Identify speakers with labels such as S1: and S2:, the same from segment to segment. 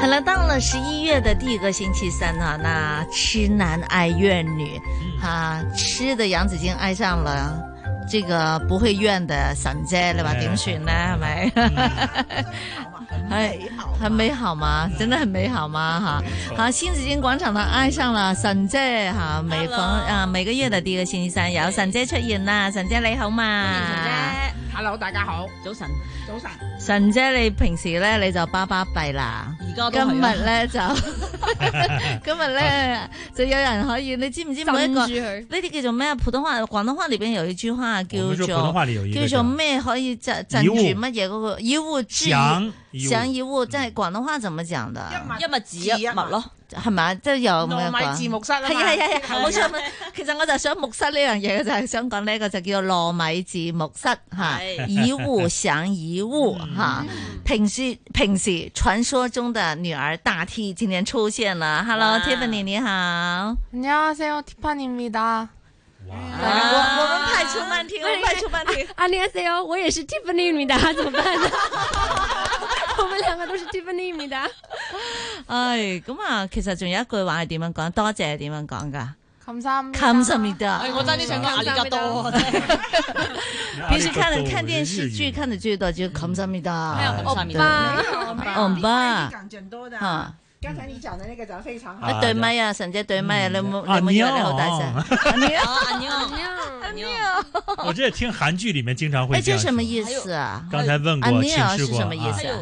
S1: 好了，到了十一月的第一个星期三呢、那痴男爱怨女，啊，痴的杨紫晶爱上了这个不會怨的神姐，你話點算呢？係咪？ 哎，很美好嘛，真的很美好嘛哈。好，新紫荊廣場呢愛上了神姐哈，每逢啊每個月的第一個星期三有神姐出現啦，神姐你好嘛？
S2: 啊
S3: Hello，大家好，
S4: 早晨，
S3: 早晨。
S1: 神姐你平時咧你就巴巴閉啦。
S4: 而家都
S1: 今
S4: 係啊
S1: 日咧就 今日咧就有人可以，你知唔知每一個呢
S2: 佢，
S1: 啲叫做咩啊？普通話廣東話裏邊有一句話
S5: 我
S1: 叫
S5: 们说普通
S1: 做
S5: 话里有一
S1: 叫
S5: 个
S1: 做
S5: 叫
S1: 咩可以鎮鎮
S5: 以物
S1: 住乜嘢嗰個以物治
S5: 降一物
S1: 想以物，即係廣東話怎麼講的？
S4: 一物指
S2: 啊
S4: 一物咯，
S1: 係咪？啊即係有咁樣
S3: 糯米字
S1: 講。
S3: 幕室啊嘛，
S1: 係啊係啊係啊！我
S3: 係
S1: 想問，其實我就想木室呢樣嘢，就係想講呢個就叫做糯米字木室嚇，
S4: 係
S1: 以物降以物
S5: 嗯
S1: 嚇。平時平時傳說中的女兒大 T 今天出現了，Hello
S4: 哇
S1: Tiffany 你好，
S6: 你好，我是 Tiffany
S5: 哇，
S1: 啊我我们派出曼婷，我们派出曼婷，
S2: 啊，你好 C O，我也是 Tiffany 米达，怎么办呢？ 我們兩個都是 Tiffany 米達，
S1: 唉，咁啊，其實仲有一句話係點樣講？多謝係點樣講噶？
S6: 冚衫，
S1: 感謝你的
S4: 哎，我真啲想講阿里加多，
S1: 平時看的看電視劇看的最多就是感謝你
S4: 还有
S1: 的，
S4: 咁上面
S2: 吧，
S1: 嗯吧，
S3: 港人多的
S1: 啊。
S3: 刚才你講的那個講得非常好。
S1: 啊對咪啊，神姐對咪啊，你有冇
S5: 啊
S1: 你有冇以為你好大
S5: 你哦
S1: 聲？
S4: 啊，你好，你 好，
S5: 我这听韩剧里面经常会
S1: 哎，
S5: 这
S1: 这
S5: 样
S1: 什么
S5: 说。
S1: 意思啊？
S5: 刚才问
S1: 啊
S5: 过，
S1: 你
S5: 请
S1: 好
S5: 示
S1: 是
S5: 过
S1: 什么意
S5: 啊
S1: 思啊？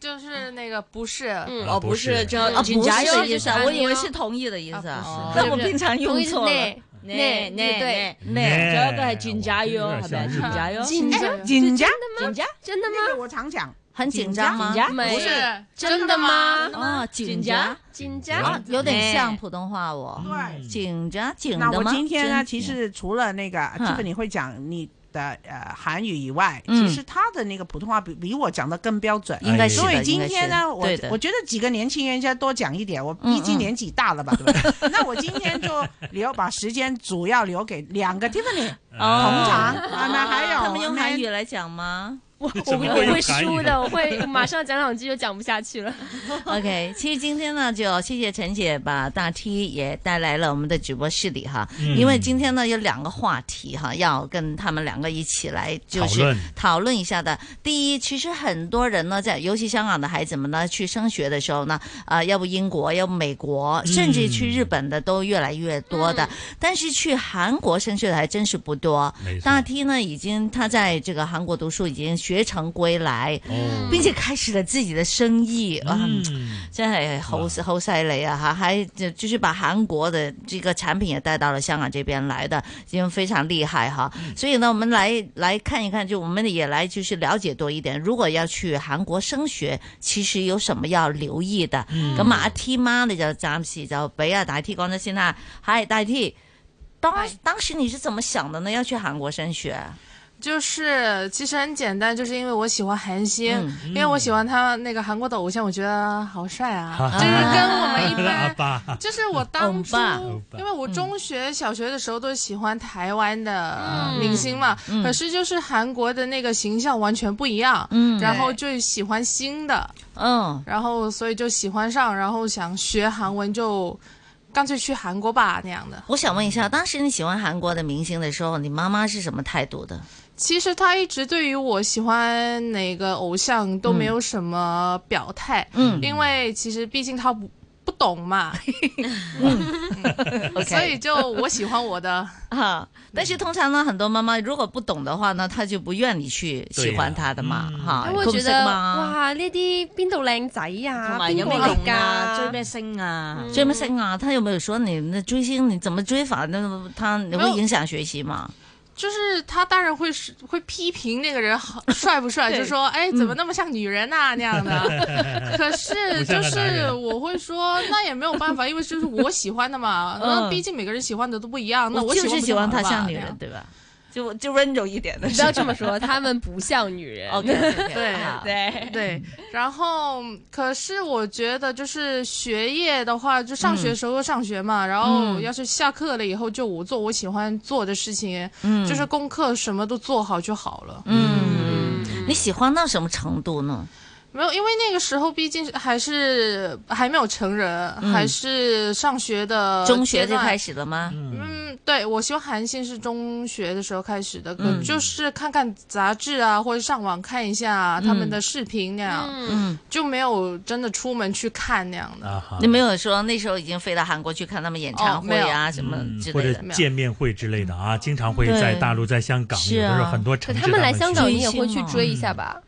S6: 就是那个不是，
S4: 嗯
S5: 啊
S4: 我不是
S5: 不是
S4: 这
S1: 啊，不是的意思啊，
S2: 啊
S1: 我以為是同意的意思啊。
S5: 啊
S1: 那我平
S2: 哎
S1: 常用錯了。
S4: 呢呢呢
S2: 對。
S1: 那
S5: 哎
S4: 仲有一個係轉仔喎，係咪啊轉仔喎？
S2: 真的
S3: 緊張，
S4: 轉仔
S2: 真的
S3: 那
S2: 嗎？
S3: 個我常講，
S1: 很緊張嗎？
S4: 緊
S2: 不
S6: 是
S2: 真的嗎？
S1: 啊，緊
S4: 緊張
S1: 張
S2: 緊
S1: 啊
S2: 張，，
S1: 有點像普通話哦。
S3: 對。
S1: 緊張緊
S3: 那
S1: 的嗯
S3: 我
S1: 嗎？
S3: 今天呢，
S1: 緊
S3: 其實除了那個 Tiffany 會講你的呃韓語以外，
S1: 嗯
S3: 其實他的那個普通話比比我講的更標準。
S1: 應該是
S3: 所以
S1: 的，應
S3: 今
S1: 該
S3: 天
S1: 是
S3: 呢，
S1: 的
S3: 我
S1: 對的
S3: 我。觉得几个年轻人家多讲一点，我
S1: 嗯
S3: 毕竟年纪大了吧，对吧？ 那我今天就留把时间主要留给两个 Tiffany
S5: 哦
S3: 捧场
S1: 哦，
S3: 啊，那还有
S1: 他們用韓
S3: Amanda
S1: 語來講嗎？
S2: 我
S5: 怎
S2: 我
S5: 麼
S2: 我
S5: 會有
S2: 會
S5: 韓語
S2: 輸的，我會馬上講兩句就講不下去了。
S1: OK，其实今天呢，就谢谢陈姐把大 T 也带来了我们的直播室里哈，
S5: 嗯
S1: 因为今天呢有两个话题哈，要跟他们两个一起来就
S5: 讨
S1: 是
S5: 论
S1: 讨论一下的。第一，其实很多人呢，在尤其香港的孩子们呢，去升学的时候呢，啊、要不英国，要不美国，甚至去日本的都越来越多的，但是去韩国升学的还真是不多。
S5: 没错
S1: 大 T 呢，已经他在这个韩国读书已经学成归来，
S5: 哦
S1: 并且开始了自己的生意啊。哇
S5: 嗯，
S1: 真係好
S5: 哇
S1: 好犀利啊！哈，还就就是把韩国的这个产品也带到了香港这边来的，因为非常厉害哈。
S5: 嗯
S1: 所以呢，我们来来看一看，就我们也来就是了解多一点。如果要去韩国升学，其实有什么要留意的？
S5: 嗯
S1: 咁啊，阿 T 媽你就暫時就俾阿大 T 講咗先啦。係大 T，當
S6: 係
S1: 當時你是怎麼想的呢？要去韓國升學？
S6: 就是其實很簡單，就是因為我喜歡韓星，
S1: 嗯
S6: 因為我喜歡他那個韓國的偶像，我覺得好帥啊，
S5: 啊
S6: 就是跟我們一
S1: 嗯
S5: 阿
S6: 般。
S5: 爸，
S6: 就是我当初
S1: 欧巴
S5: 欧巴，
S6: 因为我中学、小学的时候都喜欢台湾的
S5: 嗯
S6: 明星嘛，
S1: 嗯
S6: 可是就是韩国的那个形象完全不一样，
S1: 嗯
S6: 然后就喜欢新的，
S1: 嗯，
S6: 然后所以就喜欢上，然后想学韩文就干脆去韩国吧那样的。
S1: 我想問一下，當時你喜歡韓國的明星的時候，你媽媽是什麼態度的？
S6: 其实他一直对于我喜欢哪个偶像都没有什么表态，
S1: 嗯
S6: 因为其实毕竟他不不懂嘛，
S1: OK
S6: 所以就我喜欢我的。
S1: 啊，但是通常呢，很多妈妈如果不懂的话呢，她就不愿你去喜欢她的嘛，
S5: 对呀
S1: 哈、
S2: 哎我
S1: 覺
S2: 覺得哇，呢啲邊度靚仔
S4: 同
S2: 啊，
S4: 埋有
S2: 邊個
S4: 咩用
S2: 嚟
S4: 啊？追
S2: 㗎？
S4: 咩星啊？
S1: 追不上啊，她有没有说你那追星你怎么追法？那她你
S6: 没
S1: 会
S6: 有
S1: 影响学习吗？
S6: 就是他当然会是会批评那个人好帅不帅，
S4: 对
S6: 就说哎怎么那么像女人啊呐、那样
S1: 嗯
S5: 嗯
S6: 的。 可是
S5: 不像
S6: 就
S5: 个男
S6: 是
S5: 人
S6: 我会说那也没有办法，因为就是我喜欢的嘛。
S1: 嗯
S6: 那毕竟每个人喜欢的都不一样，那
S1: 我
S6: 我
S1: 就是喜欢
S6: 不
S1: 她
S6: 就好了
S1: 像
S6: 吧
S1: 女人，。对吧？就就温柔一 点的
S2: 不要这么说，他们不像女 人。
S1: OK，
S6: 对
S4: 对，
S6: 对，然后可是我觉得就是学业的话，就上
S1: 嗯
S6: 学的时候上学嘛，然后要是下课了以后，就我做我喜欢做的事情，
S1: 嗯
S6: 就是功课什么都做好就好了。
S1: 嗯，你喜欢到什么程度呢？
S6: 没有，因为那个时候毕竟还是还没有成人，
S1: 嗯
S6: 还是上学的
S1: 中学就开
S6: 始。
S1: 始了吗？
S5: 嗯，
S6: 嗯，对，我喜欢韩信是中学的时候开始的，可
S1: 嗯
S6: 就是看看杂志啊，或者上网看一下他们的视频那样，
S2: 嗯，
S1: 嗯，
S6: 就没有真的出门去看那样的。
S5: 啊哈
S1: 你没有说那时候已经飞到韩国去看他们演唱会啊什么
S5: 嗯
S1: 之
S5: 或
S1: 类
S5: 者
S1: 的？
S5: 见面会之类的啊，经常会
S1: 对
S5: 在大陆、在香港，
S1: 是
S5: 有
S1: 啊
S5: 的时候很多
S2: 可
S5: 城市
S2: 他们来
S5: 去
S2: 香港，你也
S1: 追
S2: 会去
S1: 星嘛
S2: 追一下吧？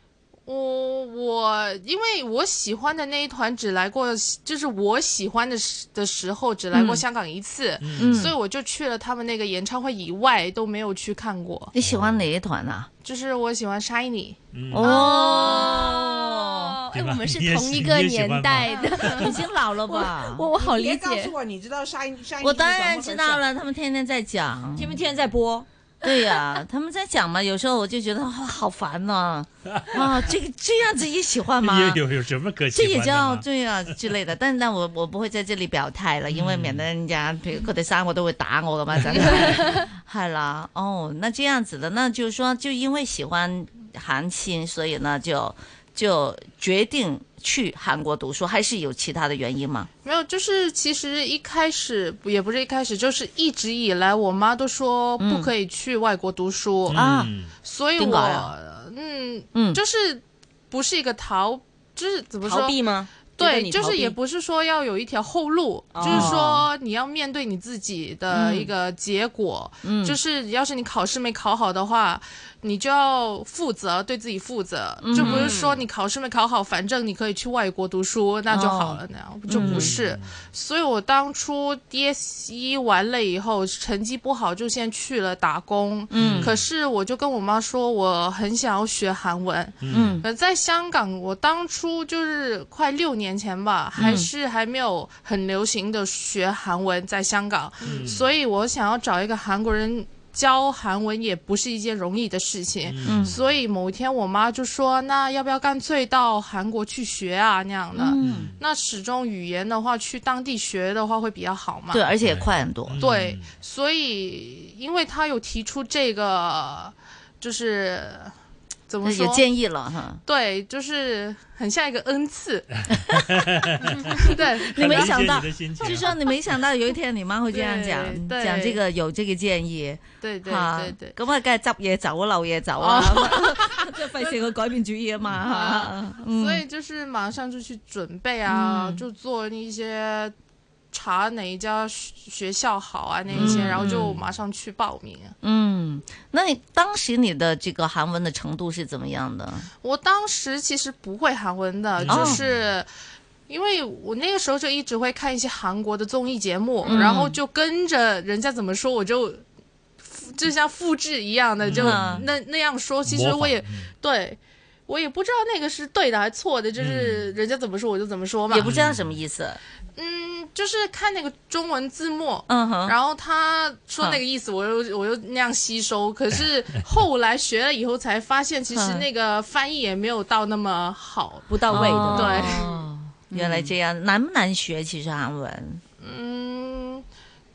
S6: 我我因为我喜欢的那一团只来过，就是我喜欢的时的时候只来过
S1: 嗯
S6: 香港一次，
S1: 嗯，
S6: 所以我就去了他们那个演唱会以外都没有去看过。
S1: 你喜欢哪一团啊？
S6: 就是我喜欢 Shiny，
S5: 嗯
S7: 哦
S1: 哦，
S2: 哎，
S5: 对吧
S2: 我们是
S5: 你也
S2: 同
S5: 喜
S2: 一个
S5: 你也喜
S2: 年
S5: 欢吗
S2: 代的，
S6: 哎
S1: 已经老了吧？
S2: 我我好
S3: 别
S2: 理
S3: 告诉
S2: 解。
S3: 我你知道沙一沙一
S1: 我当然知道。了，他们天天在讲。
S4: 天不天在播？
S1: 对呀、他们在讲嘛，有时候我就觉得哇，好烦呐、啊，这个这样子也喜欢吗？
S5: 有哎有有什么可喜
S1: 这
S5: 欢的
S1: 也
S5: 吗
S1: 叫对啊之类的，但但我我不會在這裡表態啦，因為免得人家譬如佢哋三個都會打我噶 嘛，真係係啦。哦，那這樣子的，那就是說，就因為喜歡韓星，所以呢就就決定去韓國讀書，還是有其他的原因嘛？
S6: 没有，就是其实一开始也不是一开始，就是一直以来我妈都说不可以去外国读书，
S1: 啊
S5: 嗯
S6: 所以
S1: 点解啊
S6: 我嗯
S1: 嗯
S6: 就是不是一个逃，就是怎么说
S4: 逃避吗？觉得
S6: 对，
S4: 啊你
S6: 嗯就
S4: 逃
S6: 是
S4: 避
S6: 也不是说要有一条后路，
S4: 哦嗯
S6: 就是说你要面对你自己的一个结果。
S1: 嗯
S6: 就是要是你考试没考好的话，你就要负责，对自己负责，
S4: 嗯
S6: 就不是说你考试没考好，反正你可以去外国读书那就
S4: 哦
S6: 好了，那样就
S4: 嗯
S6: 不是。所以我当初 DSE 完了以后，成绩不好就先去了打工。
S1: 嗯
S6: 可是我就跟我妈说，我很想要学韩文，
S1: 嗯
S6: 呃，在香港，我当初就是快六年前吧，还
S1: 嗯
S6: 是还没有很流行的学韩文在香港，
S5: 嗯
S6: 所以我想要找一个韩国人教韩文也不是一件容易的事情。
S1: 嗯
S6: 所以某一天，我妈就说：“那要不要干脆到韩国去学啊？那样的，
S1: 嗯，
S6: 那始终语言的话，去当地学的话会比较好嘛。
S1: 啊对，而且也快很多。
S6: 对，所以因为她有提出这个，就是怎么说
S1: 有建议了哈，
S6: 对，就是很像一个恩 赐。对，
S1: 你没想到
S5: 很理解你的心情啊
S1: 就说你没想到有一天你媽會這樣
S6: 對
S1: 講，
S6: 對
S1: 講這個有這個建議，
S6: 对对
S1: 嚇
S6: 对对，
S1: 咁啊，梗係執嘢走啊，漏嘢走啊， 即係費事佢改變主意啊嘛
S6: 啊，
S1: 嚇嗯
S6: 所以就是马上就去准备啊，就做一些查哪一家学学校好啊那一些，然后就马上去报名。
S1: 嗯，那你当时你的这个韩文的程度是怎么样的？
S6: 我当时其实不会韩文的，
S5: 嗯
S6: 就是。因为我那个时候就一直会看一些韩国的综艺节目，
S1: 嗯
S6: 然后就跟着人家怎么说，我就复就像复制一样的，就
S1: 嗯
S6: 那那样说。其实我也对，我也不知道那个是对的还是错的，就是人家怎么说我就怎么说嘛
S1: 嗯也。不知道什么意思。
S6: 嗯，就是看那个中文字幕，
S1: 嗯哼，
S6: 然后他说那个意思，我又我又那样吸收。可 是后来学了以后才发现，其实
S1: 嗯
S6: 那个翻译也没有到那么好。
S4: 不到位的，
S6: 对
S1: 哦原来这样，难不难学？其实韩文，
S6: 嗯，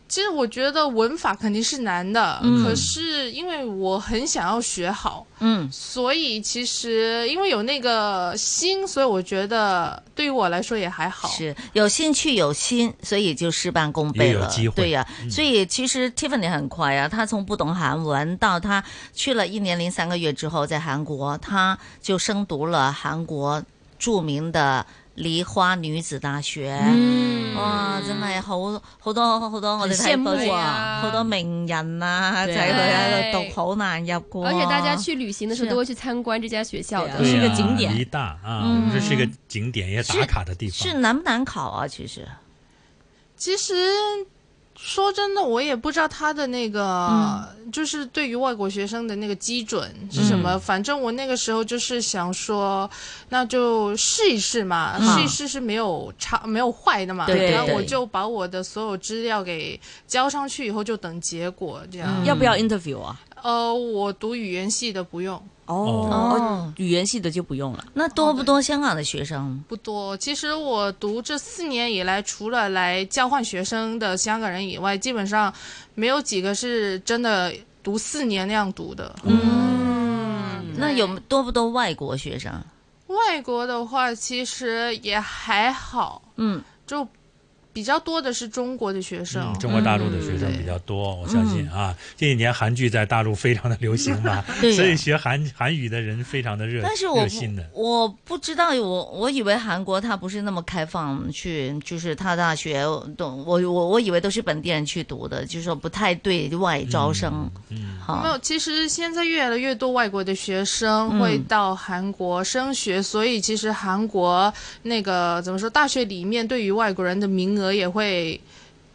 S6: 其实我觉得文法肯定是难的，可是因为我很想要学好，
S1: 嗯
S6: 所以其实因为有那个心，所以我觉得对于我来说也还好。
S1: 是有兴趣有心，所以就事半功倍
S5: 也有
S1: 了
S5: 机。会嗯
S1: 对呀、所以其实 Tiffany 很快啊，她从不懂韩文到她去了一年零三个月之后，在韩国，她就升读了韩国著名的梨花女子大学。
S4: 嗯
S1: 哇！真係好好多好多，我哋睇報
S4: 很羨
S1: 紙
S4: 慕
S1: 啊
S4: 啊，
S1: 好多名人啊，仔
S4: 對
S1: 女喺度讀好難入噶。
S2: 而且大家去旅行的时候
S1: 是
S2: 都会去参观这家学校的
S4: 对，啊是个景点
S5: 梨大啊，我
S1: 嗯
S5: 们这是个景点，也打卡的地方。
S1: 是难不難考啊？其實
S6: 其实说真的，我也不知道他的那
S1: 嗯
S6: 个，就是对于外国学生的那个基准是什
S1: 嗯
S6: 么。反正我那个时候就是想说，那就试一试嘛，
S1: 嗯
S6: 试一试是没有差、没有坏的嘛。
S1: 对对
S6: 然后我
S1: 对
S6: 就把我的所有资料给交上去以后，就等结果这样。
S1: 嗯
S4: 要不要 interview 啊？
S6: 呃，我读语言系的不用。
S4: 哦，语言系的就不用了。
S1: 那多不多香港的学生？
S6: 不多。其实我读这四年以来，除了来交换学生的香港人以外，基本上没有几个是真的读四年那样读的。
S5: 嗯
S1: 那有多不多外国学生？
S6: 外国的话，其实也还好，
S1: 嗯，
S6: 就比较多的是中国的学生。
S5: 嗯，中国大陆的学生比较
S1: 嗯
S5: 多，我相信啊，这几年韩剧在大陆非常的流行吧，
S1: 对呀
S5: 所以学韩韩语的人非常的热
S1: 但是我
S5: 热
S1: 不
S5: 心的。
S1: 我不知道，我我以为韩国它不是那么开放去，就是他大学都我我我以为都是本地人去读的，就是说不太对外招生。
S5: 嗯，
S1: 哈
S6: 没有，其实现在越来越多外国的学生会
S1: 嗯
S6: 到韩国升学，所以其实韩国那个怎么说，大学里面对于外国人的名额也会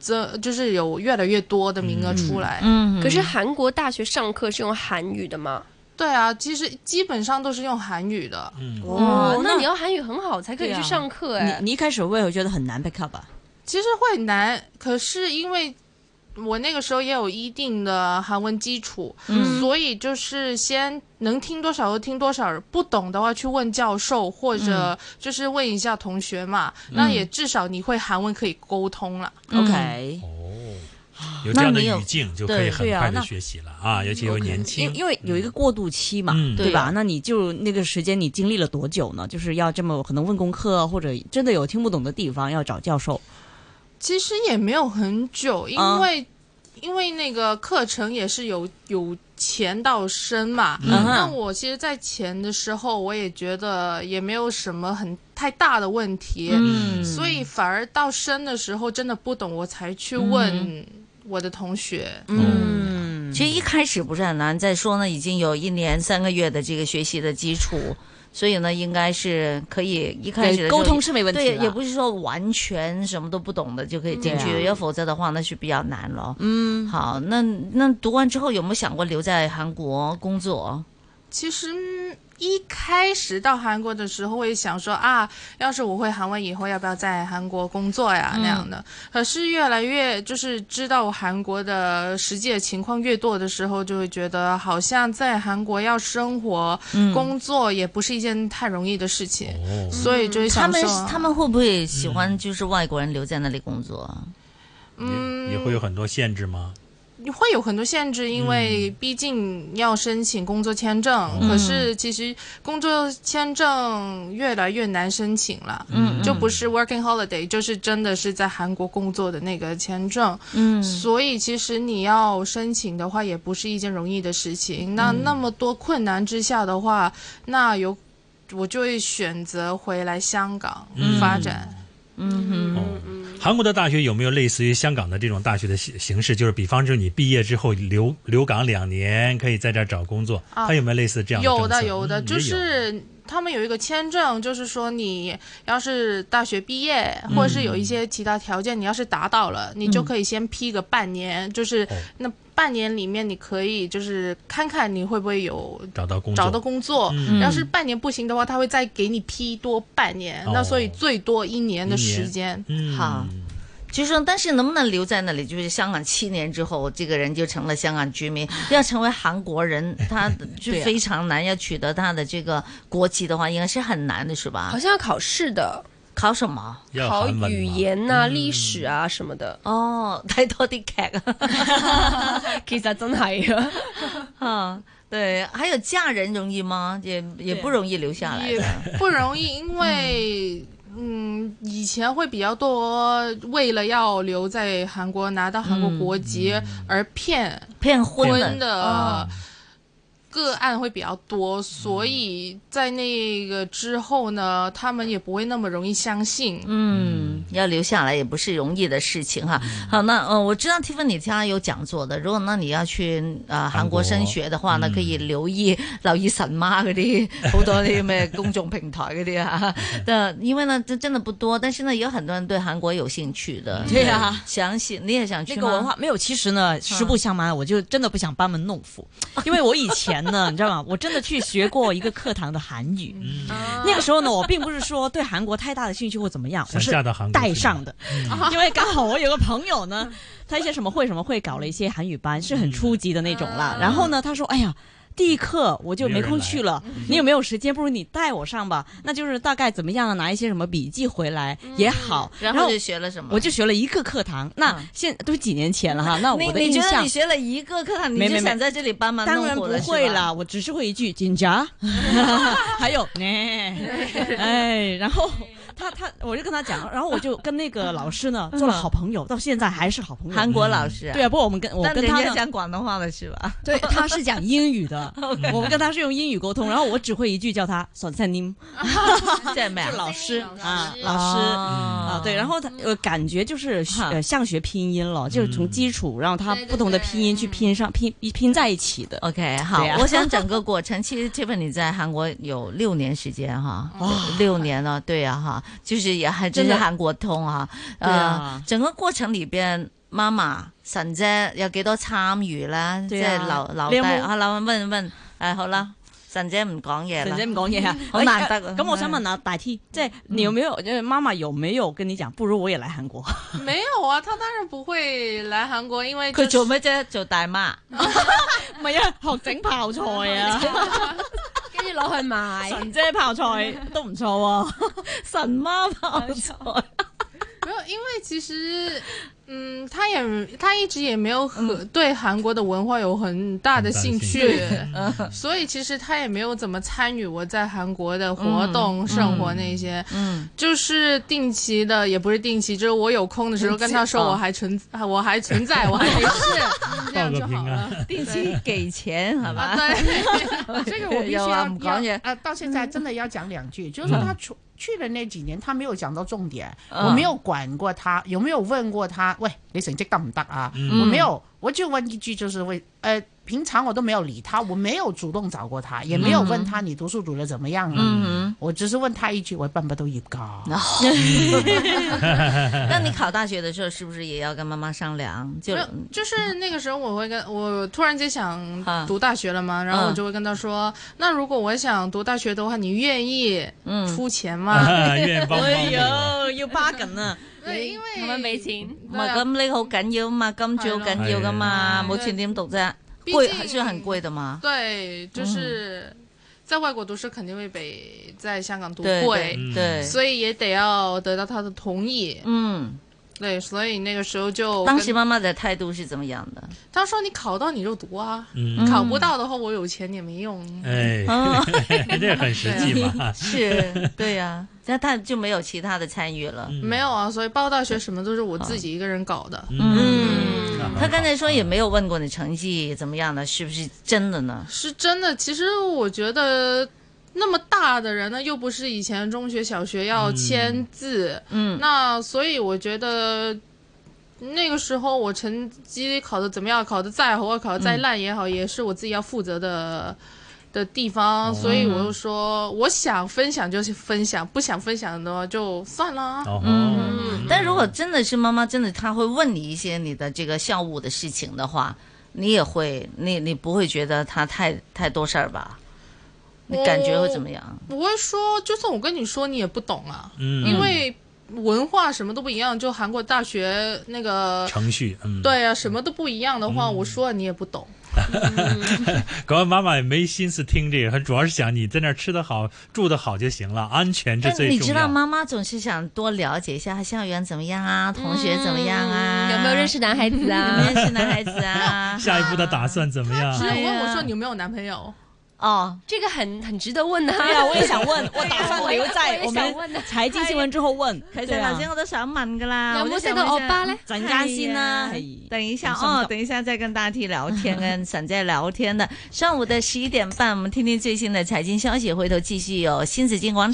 S6: 增，就是有越来越多的名额出来。
S1: 嗯，
S7: 可是韩国大学上课是用韩语的吗？
S6: 对啊，其实基本上都是用韩语的。
S7: 哦，那
S4: 那
S7: 你要韩语很好才可以
S4: 对啊
S7: 去上课哎。
S4: 你你一开始为何觉得很难 pick up 啊？
S6: 其实会难，可是因为我那个时候也有一定的韩文基础，所以就是先能听多少就听多少，不懂的话去问教授或者就是问一下同学嘛。那也至少你会韩文可以沟通了。
S4: OK，
S5: 哦，有这样的
S1: 那你有
S5: 语境就可以
S1: 对
S5: 很
S4: 对啊
S5: 快的
S4: 那
S5: 学习了啊，尤其又年轻
S4: 因，因为有一个过渡期嘛，
S5: 嗯
S4: 对
S1: 对
S4: 吧
S1: 呀？
S4: 那你就那个时间你经历了多久呢？就是要这么可能问功课，或者真的有听不懂的地方要找教授。
S6: 其实也没有很久，因
S4: 嗯
S6: 为、因为那个课程也是有有前到深嘛。
S4: 嗯
S5: 哦
S4: 哼
S6: 那我其实，在前的时候，我也觉得也没有什么很太大的问题。
S4: 嗯
S6: 所以反而到深的时候，真的不懂，我才去问我的同学。
S4: 嗯，
S1: 其实一开始不是很难，再说呢，已经有一年三个月的这个学习的基础，所以呢，应该是可以一开始的
S4: 对
S1: 时候
S4: 沟通是没问题
S1: 对，
S4: 了，
S1: 也不是说完全什么都不懂的就可以进
S4: 对啊
S1: 去，要否则的话那是比较难了。嗯，好，那那读完之后有没有想过留在韩国工作？
S6: 其实嗯一开始到韩国的时候，会想说啊，要是我会韩文，以后要不要在韩国工作呀、
S4: 嗯
S6: 那样的。可是越来越就是知道韩国的实际的情况越多的时候，就会觉得好像在韩国要生活、
S4: 嗯
S6: 工作也不是一件太容易的事情，
S5: 哦，
S6: 所以就会
S1: 嗯他
S6: 想
S1: 们
S6: 说，
S1: 他们会不会喜欢就是外国人留在那里工作？
S5: 也也会有很多限制吗？
S6: 嗯会有很多限制，因为
S5: 嗯
S6: 毕竟要申请工作签证，
S5: 哦
S6: 可是其实工作签证越来越难申请了，
S1: 嗯，
S6: 就不是 working holiday，就是真的是在韩国工作的那个签证，
S1: 嗯
S6: 所以其实你要申请的话，也不是一件容易的事情。那
S5: 嗯
S6: 那么多困难之下的话，那有我就会选择回来香港发展。
S1: 嗯哼，
S5: 哦，韩国的大学有没有类似于香港的这种大学的形形式？就是比方说你毕业之后留留港两年，可以在这儿找工作，
S6: 啊
S5: 他有没有类似这样的政
S6: 有
S5: 策？
S6: 的有的，
S5: 嗯
S6: 就
S5: 也有
S6: 是他们有一个签证，就是说你要是大学毕业，
S5: 嗯
S6: 或者是有一些其他条件，你要是达到了，你就可以先批个半年，就是
S5: 哦
S6: 那半年里面你可以就是看看你会不会有。
S5: 找到工作，
S6: 找到工作，
S5: 嗯
S6: 要是半年不行的话，他会再给你批多半年，
S5: 哦
S6: 那所以最多一年的
S5: 一年
S6: 时间。
S5: 嗯，
S1: 好就是说，但是能不能留在那里，就是香港七年之后，这个人就成了香港居 民，要成为韩国人，他就
S4: 对啊
S1: 非常难，要取得他的这个国籍的话，应该是很难的，是吧
S7: 好？像要考试的，
S1: 考什么？
S5: 要
S7: 考
S5: 韩文嗯
S7: 语
S5: 吗
S7: 言呐、历史啊什么的。
S1: 哦，睇多啲劇 啊！
S7: 其實真係啊，
S1: 啊，对，还有嫁人容易吗？也也
S4: 对
S1: 不容易留下来
S6: 也
S1: 的。
S6: 不容易，因为嗯以前会比较多为了要留在韩国拿到韩国国籍而骗
S1: 骗婚
S6: 婚
S1: 的，
S6: 的。个案会比较多，所以在那个之后呢，他们也不会那么容易相信。
S1: 嗯，要留下来也不是容易的事情哈。
S4: 嗯
S1: 好，那呃，我知道 Tiffany 家有讲座的，如果那你要去呃
S5: 韓國
S1: 韓國升學嘅話，
S5: 嗯
S1: 那可以留意留意神媽嗰啲好多啲咩公眾平台嗰啲啊。
S4: 嗯
S1: 但因為呢，這真的不多，但是呢，也有很多人對韓國有興趣的。
S4: 對啊，
S1: 想起你也想去
S4: 那个文
S1: 嗎
S4: 化没有，其实呢，实不相瞒，我就真的不想班门弄 斧，因为我以前呢，你知道吗？我真的去学过一个课堂的韩语。
S5: 嗯，
S6: 啊
S7: 啊
S4: 那个时候呢，我并不是说对韩国太大的兴趣或怎么样，我
S5: 想
S4: 是
S5: 嫁到韩国去嗯
S4: 带上的， 因为刚好我有个朋友呢，他一些什么会什么会搞了一些韩语班，是很初级的那种
S1: 嗯
S4: 啦。然后呢，他说：“哎呀。”第一课我就没空去了，
S1: 嗯
S5: 嗯
S4: 你有没有时间？不如你带我上吧。那就是大概怎么样，拿一些什么笔记回来也好。
S1: 嗯然后就学了什么？
S4: 我就学了一个课堂，那
S1: 嗯
S4: 现都几年前了哈。那
S1: 你
S4: 我的
S1: 你
S4: 印
S1: 觉得
S4: 象
S1: 你学了一个课堂，你
S4: 没
S1: 就
S4: 没没
S1: 想在这里班啊门弄
S4: 当然
S1: 斧
S4: 不
S1: 了是吧
S4: 会啦，我只是会一句“ 警察”， 还有 呢，哎，然后他他我就跟他讲，然后我就跟那个老师 呢做了好朋友，到现在还是好朋
S1: 嗯
S4: 友。
S1: 韩国老师啊，
S4: 对啊，不过我们跟我
S1: 但
S4: 跟
S1: 人
S4: 他
S1: 家
S4: 呢，
S1: 讲广东话的是吧？
S4: 对，他是讲英 语的，我们跟他是用英语沟通，然后我只会一句叫他“算菜宁
S1: 即系咩”， 啊？
S4: 老师啊，
S6: 老师
S4: 老师。啊，对，然
S1: 后
S4: 后他呃，感觉就是学
S1: 哈
S4: 呃，像学拼音了，就是从基础，然后他
S2: 嗯对对
S4: 不同的
S2: 对
S4: 拼音去拼上拼拼在一起的。
S1: OK 好
S4: 对啊，
S1: 我想整个过程，其实 Tiffany 在韩国有六年时间哈，六年了，对呀、哈，就是也还真是
S4: 哦真的
S1: 韩国通啊，
S4: 对啊
S1: 呃，整个过程里边，妈妈神姐有幾多參與啦？即
S4: 對
S1: 係
S4: 啊
S1: 留留
S4: 你有
S1: 低
S4: 冇
S1: 啊，留問問，誒好啦，神姐唔講嘢
S4: 神
S1: 啦
S4: 姐，唔講嘢啊，
S1: 好難得啊
S4: 哎咁我想問下大 T，即係你有沒有，即係媽媽有沒有跟你講，不如我也來韓國？
S6: 没有啊，他当然不会来韩国，因为就
S1: 佢
S6: 是
S1: 做咩啫？做大媽，
S4: 唔係啊，學整泡菜啊，
S2: 跟住攞去賣。
S4: 神 姐泡 菜都唔錯喎。
S1: 神媽泡菜，
S6: 没有，因为其实，嗯，他也他一直也没有很、对韩国的文化有很大的兴趣，所以其实他也没有怎么参与我在韩国的活动、生活那些，
S1: 嗯，
S6: 就是定期的，也不是定期，就是我有空的时候跟他说
S1: 哦
S6: 我还存，啊我还存在，我还没 事，这样就好了。
S1: 定期給錢係
S6: 啊，
S1: 嘛？
S6: 对，
S3: 这个我必须
S1: 有啊
S3: 要
S1: 我们讲
S3: 要
S1: 也
S3: 呃，到现在真的要讲两句，就是说他出去了那几年，他没有讲到重点，
S1: 嗯
S3: 我没有管过他，有没有问过他，喂，你成绩得不得啊？
S5: 嗯
S3: 我没有，我就问一句，就是为呃，平常我都没有理他，我没有主动找过他，也没有问他你读书读的怎么样啊，
S1: 嗯
S3: 我只是问他一句，我毕唔毕到业噶？
S1: 哼，哦 那你考大學的時候是不是也要跟媽媽商量？就
S6: 没有，就是那个时候，我会跟我突然间想
S1: 啊
S6: 读大学了嘛，然后
S1: 嗯
S6: 我就会跟他说，那如果我想读大学的话，你愿意
S1: 嗯
S6: 出钱吗？
S5: 啊，愿帮帮
S4: 哎
S5: 我。
S4: 呦，要巴緊啊！
S6: 对，因
S2: 同埋俾
S6: 为
S2: 錢，
S1: 唔
S6: 对
S1: 係
S6: 啊
S1: 咁，呢個好緊要啊嘛，金主好緊要噶嘛，
S6: 係
S1: 冇錢點讀啫？
S6: 畢
S1: 貴
S6: 啊竟
S1: 係算很嗯貴的嘛。
S6: 对，就是在外国读书肯定会比在香港读
S1: 對
S6: 贵，
S1: 對對，
S6: 所以也得要得到他的同意。
S1: 嗯，
S6: 对，所以那个时候就
S1: 當時
S6: 跟
S1: 媽媽的態度是怎麼樣的？
S6: 他说你考到你就读啊，
S5: 嗯，
S6: 考不到的话我有钱也没用。
S5: 哎， 这很实际嘛。
S1: 是，对呀，那他就沒有其他的參與了。
S6: 没有啊，所以报大学什么都是我自己一个人搞的。
S1: 嗯，
S5: 那很好
S1: 他剛才說也沒有問過你成績怎麼樣的，是不是真的呢？
S6: 是真的。其实我觉得那么大的人呢，又不是以前中学、小学要
S5: 嗯
S6: 签字，
S1: 嗯
S6: 那所以我觉得。那个时候我成绩考的怎么样，考的再好或考的再烂也好，也是我自己要负责的的地
S5: 哦
S6: 方，所以我就说，我想分享就去分享，不想分享的话就算了啊。
S5: 哦，
S1: 嗯但如果真的是媽媽，真的她會問你一些你的這個校務的事情的話，你也會，你你不會覺得她太太多事兒吧？你感覺會怎麼樣？
S6: 不会说，就算我跟你说，你也不懂啊，
S5: 嗯，
S6: 因为文化什么都不一样。就韩国大学那个
S5: 程序，嗯，。
S6: 对呀、什么都不一样的话，我说了你也不懂。
S5: 搞完妈妈也没心思听这个，她主要是想你在那儿吃得好、住得好就行了，安全是
S1: 但
S5: 最
S1: 哎你
S5: 重
S1: 知
S5: 要。？
S1: 道，妈妈总是想多了解一下校园怎么样啊，
S7: 嗯
S1: 同学怎么样啊，
S2: 嗯有没有 认识男孩子
S1: 有没
S2: 啊
S1: 有？认识男孩子啊
S5: 下一步的打算怎么样？
S6: 只有问我
S1: 哎呀
S6: 说你有没有男朋友，
S1: 哦，
S7: 这个很很值得问的、
S4: 对啊，我也想问， 我打算留在
S2: 我也
S4: 我
S2: 想問
S4: 们
S2: 啊
S4: 財經新聞之後問。
S1: 其實
S4: 對啊哎
S1: 頭先我都想問噶啦，
S2: 有
S1: 啊我
S2: 冇
S1: 都
S2: 識
S1: 想
S2: 到
S1: 問
S2: 歐
S1: 先
S2: 巴咧？
S4: 陣間先啦，係
S1: 等一下
S4: 很生
S1: 哦，
S4: 動
S1: 等一下再跟大 T 聊天，啊 跟沈姐聊天的。上午的十一点半，我们听听最新的财经消息，回头继续有新紫金广场。